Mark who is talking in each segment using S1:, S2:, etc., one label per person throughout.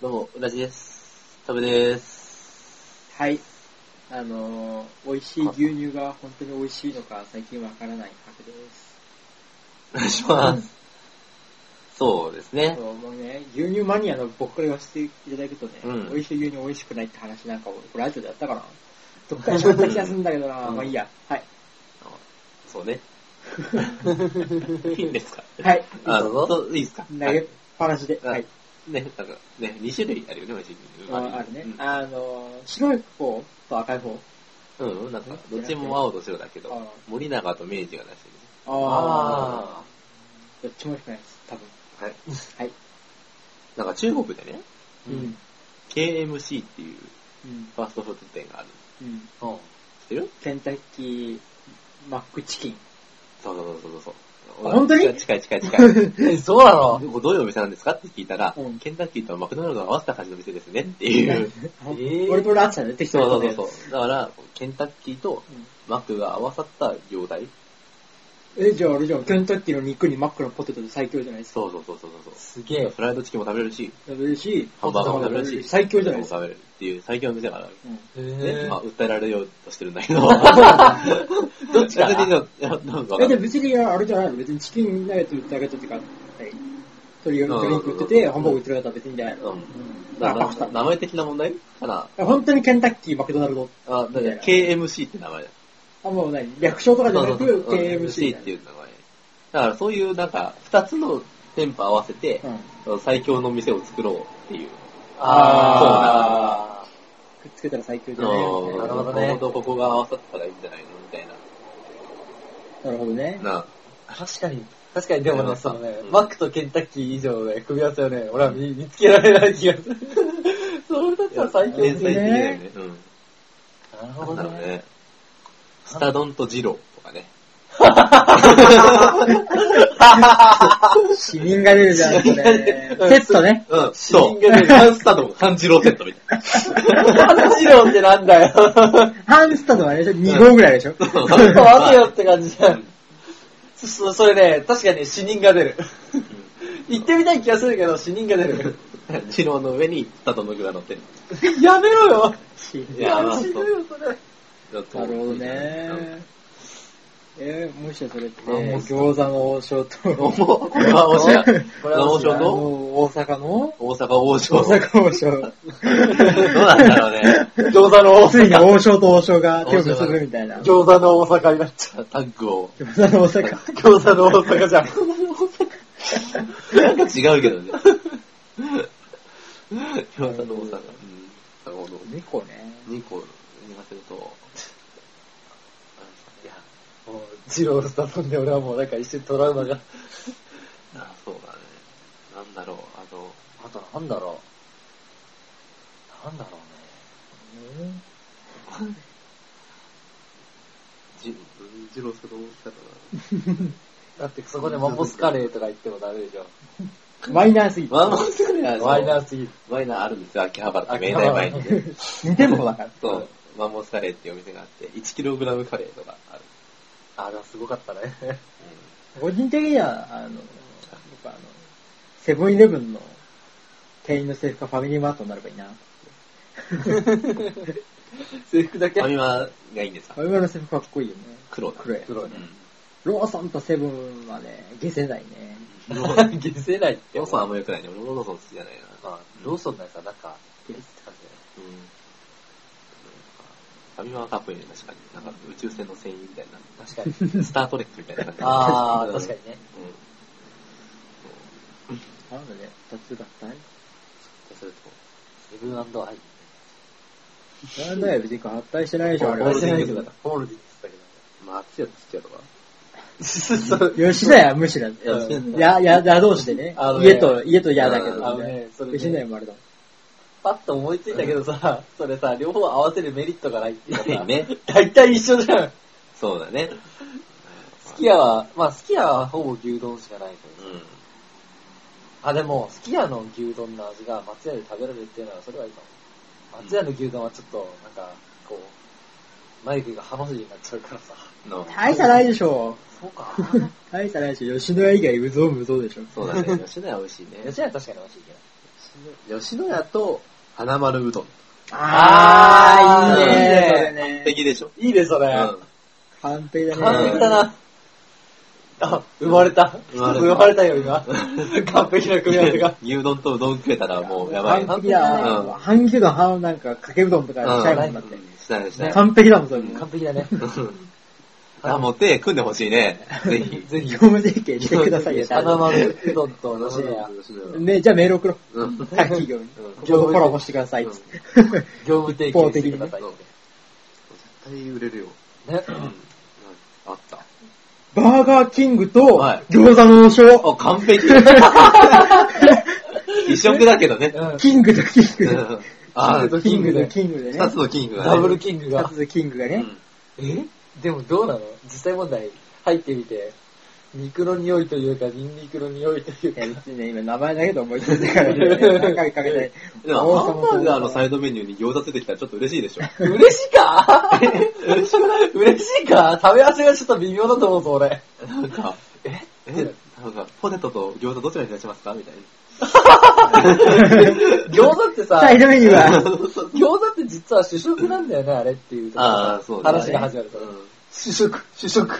S1: どうも、うなじです。たぶです。
S2: はい。あのー、美味しい牛乳が本当に美味しいのか最近わからないカフェです。
S1: お願いします。そうですね。
S2: そうもうね、牛乳マニアの僕から言わせていただくとね、
S1: うん
S2: 美味しい牛乳美味しくないって話なんか俺、これラジオでやっ たかなどっかにしまった気がするんだけどな、
S1: うん
S2: まあいいや。はい。
S1: そうね。いいんですか
S2: はい。
S1: あの、そういいですか
S2: 投げっぱなしで。
S1: はい
S2: はい。
S1: ね、なんか、ね、2種類あるよね、マジで。
S2: ああるね。あのー、白い方と赤い方。
S1: うん、うん、なんか、どっちも青と白だけ
S2: あ
S1: ど、森永と明治が出してる。
S2: あー。どっちも美味しくないです、多分。
S1: はい。
S2: はい。
S1: なんか中国でね、
S2: うん。
S1: KMC っていう
S2: うん。
S1: ファーストフード店がある。
S2: うん。
S3: うん。
S1: 知ってる
S2: ケンタッキー、マックチキン。
S1: そうそうそうそうそう。
S2: 本当に
S1: 近い近い近い。
S3: え、 そうなの
S1: どういうお店なんですかって聞いたら、
S2: うん
S1: ケンタッキーとマクドナルドを合わせた感じの店ですねっていう。
S3: え
S2: 俺
S3: ー
S2: 俺とラッチさん出てきた
S1: そうそ
S2: よ
S1: う
S2: ね
S1: そうそう。だから、ケンタッキーとマックが合わさった業態
S2: え、じゃああれじゃん、ケンタッキーの肉にマックのポテトで最強じゃないですか。
S1: そうそうそうそうそ
S3: すげ
S1: う。
S3: え。
S1: フライドチキンも食べれるし、
S2: 食べるし、
S1: ハンバーガーも
S2: ポ
S1: 食べ
S2: テトも
S1: れるし、
S2: 最強じゃないですか。
S1: ハンバーガーも食べれるっていう最強の店だから、
S2: うん
S3: え
S1: ね、まあ、
S3: ー、
S1: 訴えられようとしてるんだけ ど。 どっちかっていうと、いや、なんかわか
S2: え、
S1: ん
S2: で
S1: ない、
S2: も別にあれじゃないの別にチキンナゲット売ってあげたっていうか、はい。鶏がドリンク売って
S1: う
S2: て、
S1: ん
S2: ハンバーグ売ってる方は別にいいんじゃないの
S1: うん。
S2: ま
S1: だ
S2: あ
S1: から
S2: パスタ
S1: 名前的な問題かな。
S2: 本当にケンタッキー、マクドナルド。
S1: あ、だから KMC って名前だ
S2: あ、もう何略称とかじゃなく、
S1: KMC
S2: KMC
S1: って
S2: いう。
S1: いう名前。だからそういうなんか、二つの店舗合わせて、
S2: うん。
S1: 最強の店を作ろうっていう。
S3: あ
S2: くっつけたら最強じゃないよ
S1: うん
S2: ね
S3: なるほどね
S1: こことここが合わさったらいいんじゃないのみたい
S2: なるほどね。
S1: な。な
S3: ー確かに。確かに、でも
S1: うん
S3: ね、そのね
S1: うん、
S3: マックとケンタッキー以上ね、組み合わせはね、俺は見見つけられない気がする。その二つは最
S1: 最
S3: 強
S1: 強
S3: で
S1: 最
S3: す
S1: 強
S3: ね。
S1: だよね。うん。
S3: なる
S1: な
S3: ほ
S1: んだ
S3: ど
S1: ろう
S3: ね。
S1: ね。スタ丼とジローとかね。
S2: 死人が出るじゃん、これ。セットね。
S1: うん、
S3: そ
S1: そうう。ハンスタ丼、ハンジローセットみたいな。
S3: ジローってなんだよ。
S2: ハンスターとかあれでしょ ?2 号ぐらいでしょ
S3: ちょっと待てよって感じじゃん。そ そそれね、確かに死人が出る。行ってみたい気がするけど、死人が出る。
S1: ジローの上にスタ丼の具が乗ってる。
S3: やめろよ。
S2: 死人
S1: いやまあ
S3: 死ぬよ、それ。
S1: なる
S2: なるほどね。えー、もしかそれって、
S1: あもしか
S2: 餃子の王将と、
S1: 思う。これは面白い。これは面
S2: あ
S1: 白い
S2: の
S1: と
S2: 大阪の
S1: 大阪王将。
S2: 大阪王将。
S1: どうなんだろうね。
S3: 餃子の大
S2: ついに
S3: 阪。
S2: 王将と王将が手を結ぶみたいな。餃
S3: 餃子の大阪になっちゃう。
S1: タッグを。
S2: 子の大阪。
S3: 餃子の大阪じゃん。
S1: なんか違うけどね。餃子の大阪。うん。なるほど。
S2: 2個ね。
S1: 2個言わせると、いや、
S3: もう、ジロースタ飲んで俺はもうなんか一瞬トラウマが。
S1: あそうだね。なんだろう、あの、
S3: あとなんだろう。なんだろうね。
S1: じ、うん、ジローさんの大きさだ
S3: だってそこでマンモスカレーとか言ってもダメでしょ。
S2: マイナーすぎて
S1: な。。ワンマンスクエア
S3: マイナ
S1: ー。
S3: ーすぎる。
S1: マイナーあるんですよ、秋葉原って。明
S3: 秋
S1: 大
S3: 葉原
S1: 前にね。
S2: 2店舗だから。
S1: そう、マンモスカレーっていうお店があって、1kg カレーとかある。
S3: あれはすごかったね。
S2: 個人的には、あの、僕あの、セブンイレブンの店員の制服がファミリーマートになればいいな。
S3: 制服だ
S1: フ
S3: け
S1: ァミマがいいんですか
S2: ファミマの制服かっこいいよね。
S1: 黒だ。
S2: 黒い。
S3: 黒いね。
S2: ローソンとセブンはね、下世代ね。
S1: うん。ロー
S3: 消せないって。
S1: ソンあんま良くないね。俺もローソン好きじゃないな。
S3: まあ、ローソンなんかなんか、えって感
S1: うん。ファミマはかっこいいね、確かに。なんか宇宙船の船員みたいな。
S3: じだよ。確かに。
S1: スタートレックみたいな感じ。
S3: ああ、確かにね。
S1: うん。
S2: なんだね、二つだったね。
S1: そうすると、
S3: セブンアイ。
S2: なんだよ、別に発達してないでしょ、あれ
S1: ホ
S2: は。
S1: ールディングスだ
S3: ホールディングスだけ
S1: 松屋と土屋とか。
S3: どね。
S2: 吉田屋無視なんだよ。
S3: うん
S2: や、や、矢同士でね
S3: あの。ね
S2: 家と、家と矢だけ
S3: あの
S2: どね
S3: ね。、それ
S2: 吉田屋
S3: ね、
S2: もあれだもん。
S3: パッと思いついたけどさ、それさ、両方合わせるメリットがないっていうかさ、
S1: ね。
S3: 大体一緒じゃん。
S1: そうだね。
S3: スキヤは、まあスキヤはほぼ牛丼しかないけど、
S1: うん。
S3: あ、でも、スキヤの牛丼の味が松屋で食べられるっていうのは、それはいいかも。松屋の牛丼はちょっと、なんか、こう、マイクがハの字になっちゃうからさ。
S1: の
S2: 大差ないでしょ。
S3: そうか。
S2: 大差ないでしょ。吉野家以外、うぞうむぞうでしょ。
S1: そうだね。吉野家美味しいね。
S3: 吉野家は確かに美味しいけど。
S4: 野吉野家と花丸うどん。
S2: あー、いい
S3: あー
S2: ね。
S1: 完璧でしょ。
S3: いいね、それ。
S2: 完璧だね。
S3: 完璧だな。あ、 生まれた。一つ
S4: 生まれた
S3: 生まれたよ、今。完璧な組み合わせが。
S1: 牛丼とうどん食えたらもうやばい。
S2: 完璧だ。
S1: うん
S2: 半牛丼、半なんか、かけうどんとかしちゃいもんだって。
S1: したいしたい。
S2: 完璧だもん、それも。
S3: 完璧だね。
S1: あ、もう手組んでほしいね。ぜひ。
S3: ぜひ
S2: 業。務提携してくださいよ。
S3: 花丸うどんと野
S4: 吉
S3: 家
S4: 野
S3: や
S4: 家。吉野家
S2: ね、じゃあメール送ろう。
S4: うん
S2: 各企業に。
S4: うん
S2: 業務コラボしてくださいっつって。
S3: 業務提携してくださいっ
S4: 絶対売れるよ。
S3: て。ね。
S4: あった。
S2: バーガーキングと
S1: はい
S2: 餃子の王将、
S1: お、完璧。一色だけどね。
S3: うん
S2: キングとキングで。
S1: あ
S3: う
S1: ー
S3: ん
S2: キング
S3: で
S2: とキングでね。
S1: 二つのキングがね。
S3: ダブルキング
S2: 二
S3: が
S2: つ。のキングが
S1: う
S2: ね。
S1: ん
S3: えでもどうなの実際問題入ってみて、肉の匂いというか、ニンニクの匂いという
S2: い
S3: か
S2: や、、うちね、今名前だけど思いついてからね、何回かけて。
S1: でも、ハンバーガーのサイドメニューに餃子出てきたらちょっと嬉しいでしょ。
S3: 嬉しいか嬉しくない嬉しいか食べ合わせがちょっと微妙だと思うぞ、俺。
S1: なんか、ええなんか、ポテトと餃子どちらに出しますかみたい
S3: 餃子ってさ、
S2: サイドメニュー
S1: な。
S2: は、
S3: 餃子って実は主食なんだよね、あれっていうところ
S1: ああ、そうだね。
S3: 話が始まると。
S1: うん
S3: 主食、主食。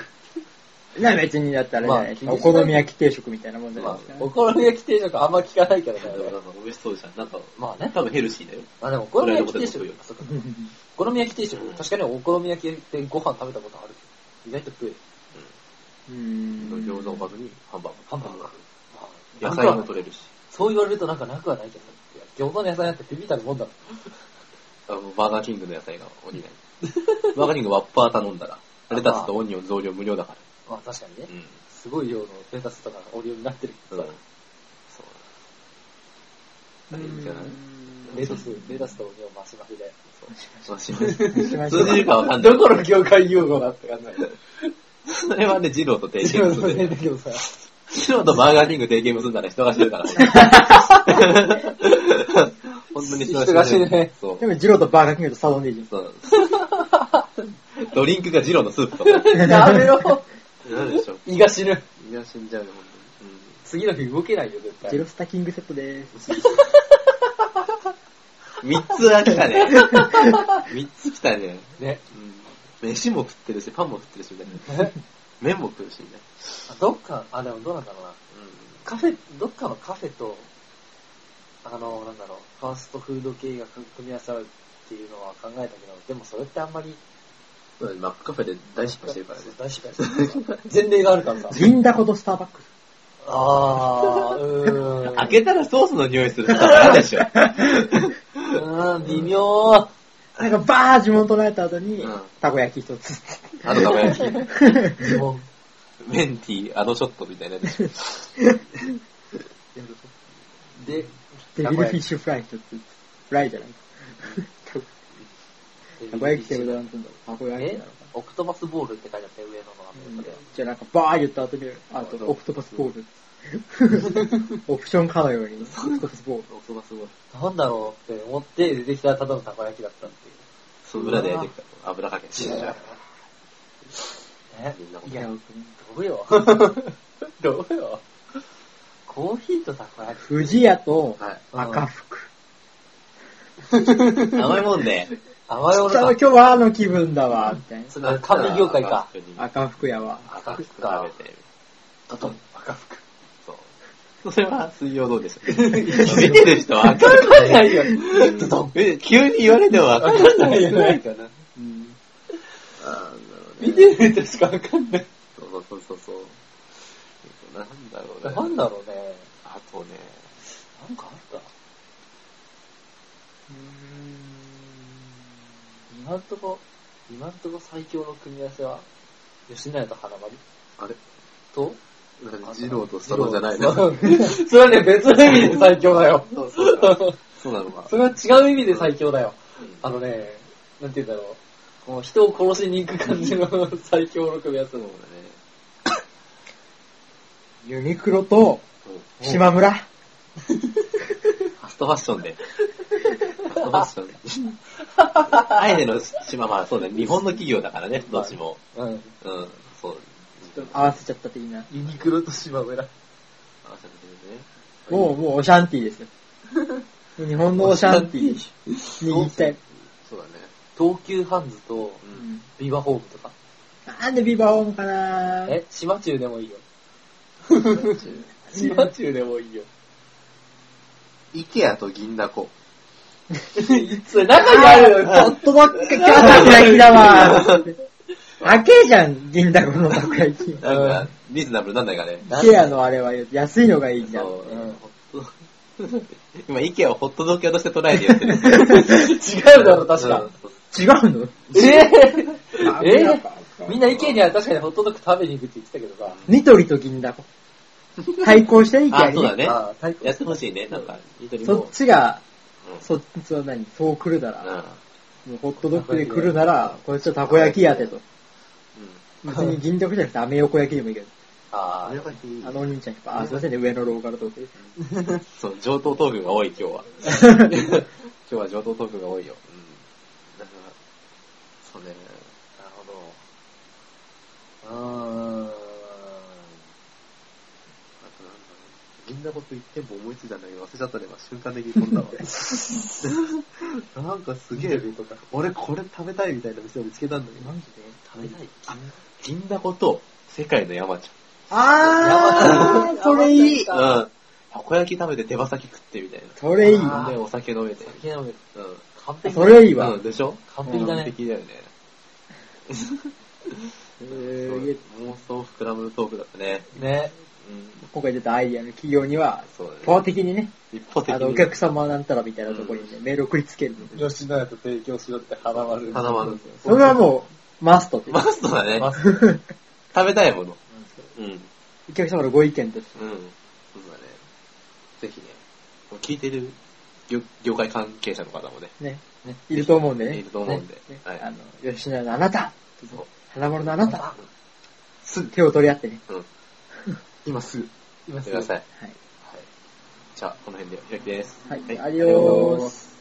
S2: な、別にだったらね、
S3: まあ気にしない
S2: お好み焼き定食みたいなもんじゃない
S3: ま
S2: ですか
S3: あ
S2: ね、
S3: お好み焼き定食あんま聞かないからね。
S1: なんか美味しそうじゃん。なんか、
S3: まあね。
S1: 多分ヘルシーだよ。
S3: まあでも、お好み焼き定
S1: フライ
S3: 食
S1: ドポテトも、
S3: そっかお好み焼き定食、確かにお好み焼きでご飯食べたことあるけど。意外と食える。
S2: うーん
S1: 餃子をまずにハンバーガ
S3: ハ
S1: ー。
S3: ンバーガー。
S1: 野菜も取れるし。
S3: そう言われるとなんかなくはないけど。いや餃子の野菜なんてビビたるもんだろ。
S1: あのバーガーキングの野菜が鬼だよ。 バーガーキングワッパー頼んだら、レタスとオニオン増量無料だか
S3: まあ確かにね
S1: ら。。うん。
S3: すごい量のレタスとかがお料理になってる
S1: そ
S3: け
S1: う
S3: ど
S1: だ
S3: さ。。
S1: そうだ。いいんじゃないう
S3: レタス、レタスとオニオンマシマシで。
S1: そうしましょう
S2: しましょ
S1: 通じる
S2: う
S1: かわかんない。
S3: どこの業界用語だって感じ だよ。
S1: それはね、二郎と提
S3: 自分
S1: 携す
S3: のせい
S1: る。
S3: だけどさ。
S1: 二郎とバーガーキング提携結んだら人が死ぬからね。本当に人が死ぬ。
S3: 人が死ぬね
S1: そう
S2: で。も、ジローとバーガーキングとサドンデージン。
S1: そう。ドリンクが二郎のスープとか。
S3: やめろ
S1: なんでしょう。
S3: 胃が死ぬ。
S4: 胃が死んじゃうよ、本当に。うん
S3: 次の日動けないよ、絶対。
S2: ジロスタキングセットです。
S1: 三つは来たね。三つ来たね。
S3: ね。
S1: うん。飯も食ってるし、パンも食ってるし、みたいな。 麺も食うし、みたい
S3: あどっか、あ、でもどうなんだろうな。カフェ、どっかのカフェと、あの、なんだろう、ファーストフード系が組み合わさるっていうのは考えたけど、でもそれってあんまり、
S4: なマックカフェで大失敗してるからね。
S3: 大失敗してるから前例があるからさ。
S2: ジンダコとスターバックス。
S3: あー、うー。
S1: うんん。開けたらソースの匂 いするとかあるでしょ。
S3: うーん、微妙。
S2: なんか、バー呪文唱えた後に
S1: うん、
S2: たこ焼き一つ。
S1: あのたこ焼き。
S3: 疑問。
S1: メンティー、あのショットみたいなやつ。
S2: デ
S3: で、
S2: ビルフィッシュフライ一つ。フライじゃない。たこ焼きってうどんつんだろう。たこ焼き
S3: え
S2: なのか
S3: オクトパスボールって書いてあって上野のあの、これ
S2: な。じゃあなんか、バー言った後に、あと、オクトパスボール。 オプションかのように、オクトパスボール。
S1: 音がすごい。
S3: なんだろうって思って出てきたらただのたこ焼きだったっていう。
S1: そう、裏で焼いてきた。油かけて。
S3: ね
S1: みんなも
S2: いや、
S3: どう よ。ど うよ。コーヒーとたこ焼き。
S2: 藤屋と
S4: はい。
S2: 赤福。
S1: 甘いもんね。
S3: 甘いも
S2: ちょっと
S3: の
S2: 今
S3: か。
S2: 日はあの気分だわ、みたいな。
S3: それはカフェ業界か。
S2: 赤福屋は。
S1: 赤く食べて。
S3: あと、赤服。
S1: そう。それは水曜どうでしょう。見てる人は赤く
S3: わかんないよ。
S1: え、急に言われてもわかん
S3: わかんないよね。
S2: うん
S4: あーなるほどね
S3: 見てる人しかわかんない。
S1: そうそうそうそう。なんだろうね。
S3: なんだろうね。
S1: あとね、
S3: なんかあった。今んとこ、今んとこ最強の組み合わせは、吉野家と花丸
S4: あれ
S3: と、
S4: 二郎とスタローじゃない
S3: の。
S4: の
S3: それはね、別の意味で最強だよ。
S1: そうそうそうなのか。
S3: それは違う意味で最強だよ。
S1: うん
S3: あのね、なんて言うんだろう。こう人を殺しに行く感じの最強の組み合わせのものだね。
S2: ユニクロと
S1: うん
S2: 島村。
S1: ファストファッションで。ファストファッションで。アイネの島、まあそうだね、日本の企業だからね、どっちも。
S3: うん。
S1: うん、そう。
S2: 合わせちゃった的な。
S3: ユニクロと島村。
S1: 合わせてくれるね。
S2: もう、もうオシャンティーですよ。日本のオシャンティー握りたい。
S4: そうだね。
S3: 東急ハンズと
S4: うん。
S3: ビバホームとか。
S2: なんでビバホームかな
S3: え、島中でもいいよ。
S2: うん
S3: 島中でもいいよ。
S4: イケアと銀だこ。
S3: それ中にあるよ。
S2: ホットばっかり開きだわ。 開けじゃん、銀だこのたこ焼き。
S1: なんか、リーズナブルなんだかね。
S3: なん
S2: シェアのあれは安いのがいいじゃん。
S1: そう
S3: うん
S1: 今、イケアをホットドッグ屋として捉えてやってる。
S3: 違うだろ、確か。
S2: 違うの
S3: ええ
S2: え
S3: ーみんな意見には確かにホットドッグ食べに行くって言ってたけどさ。
S2: ニトリと銀だこ。対抗していいけ
S1: あ、
S2: ど
S1: そうだね。
S3: あー最高
S1: やってほしいね。なんか、ニトリ
S2: そっ
S1: も。
S2: ちが、
S1: うん
S2: そっち、そう何、そう来るな
S1: うん
S2: ら、もうホットドッグで来るなら、こっちはたこ焼きやてと。別に銀だこじゃなくて、アメ横焼きでもいいけど。
S3: あ
S4: あれがいい
S2: あのお兄ちゃん、あ、すいませんね、上のローカルトークです。
S1: そう、上等トークが多い、今日 は。今日は上等トークが多いよ。
S4: うん。だから、そうね。
S3: あ、なるほど。うーん。
S4: あとなんだろう。銀だこと一点も思いついたんだけど忘れちゃったね。今瞬間的に飛んだわ。な んかすげえ、
S3: とか。
S4: 俺これ食べたいみたいな店を見つけたんだけど。
S2: マジで
S3: 食べたい。
S1: 銀だこと、世界の山ち
S2: あー、それいい。
S1: ゃん。うん。たこ焼き食べて手羽先食ってみたいな。
S2: それいい。
S3: あ
S1: で、お酒飲めて。
S3: 酒飲める。
S1: うん。
S3: 完璧
S2: それいいわ
S1: うん、。でしょ
S3: 完璧だ
S1: 完
S3: ね。
S1: 璧だよね。
S2: え
S1: そう
S2: ー
S1: 妄想膨らむトークだったね。
S3: ね。
S1: うん。
S2: 今回出たアイディアの企業には、
S1: そうだね。
S2: 一方的にね、
S1: 一方的
S2: あの、お
S1: に。
S2: 客様なんたらみたいなところにね、メール送りつけるの。
S3: 吉野家と提供しろって花丸。
S1: 花丸
S2: それはもう、マストってい う
S1: マ。ストだね。
S3: マ
S1: 食
S3: ス
S1: べたいもの。うん。うん。
S2: お客様のご意見として。
S1: そうだね。ぜひね、これ聞いてる業業界関係者の方もね、
S2: ね
S3: ね。
S2: いると思うんでね。
S1: いると思うんで
S2: ね。
S1: はい
S2: あの、吉野家のあなた、
S1: そう
S2: 花丸のあなた、
S1: すぐ、
S2: 手を取り合ってね。
S1: 今すぐ、
S3: 今
S1: やって
S3: す
S1: くだ
S3: ぐ
S1: さい。
S2: はい。
S1: じゃあ、この辺で、ひろきです。
S2: はい。
S1: はい
S2: アディオース。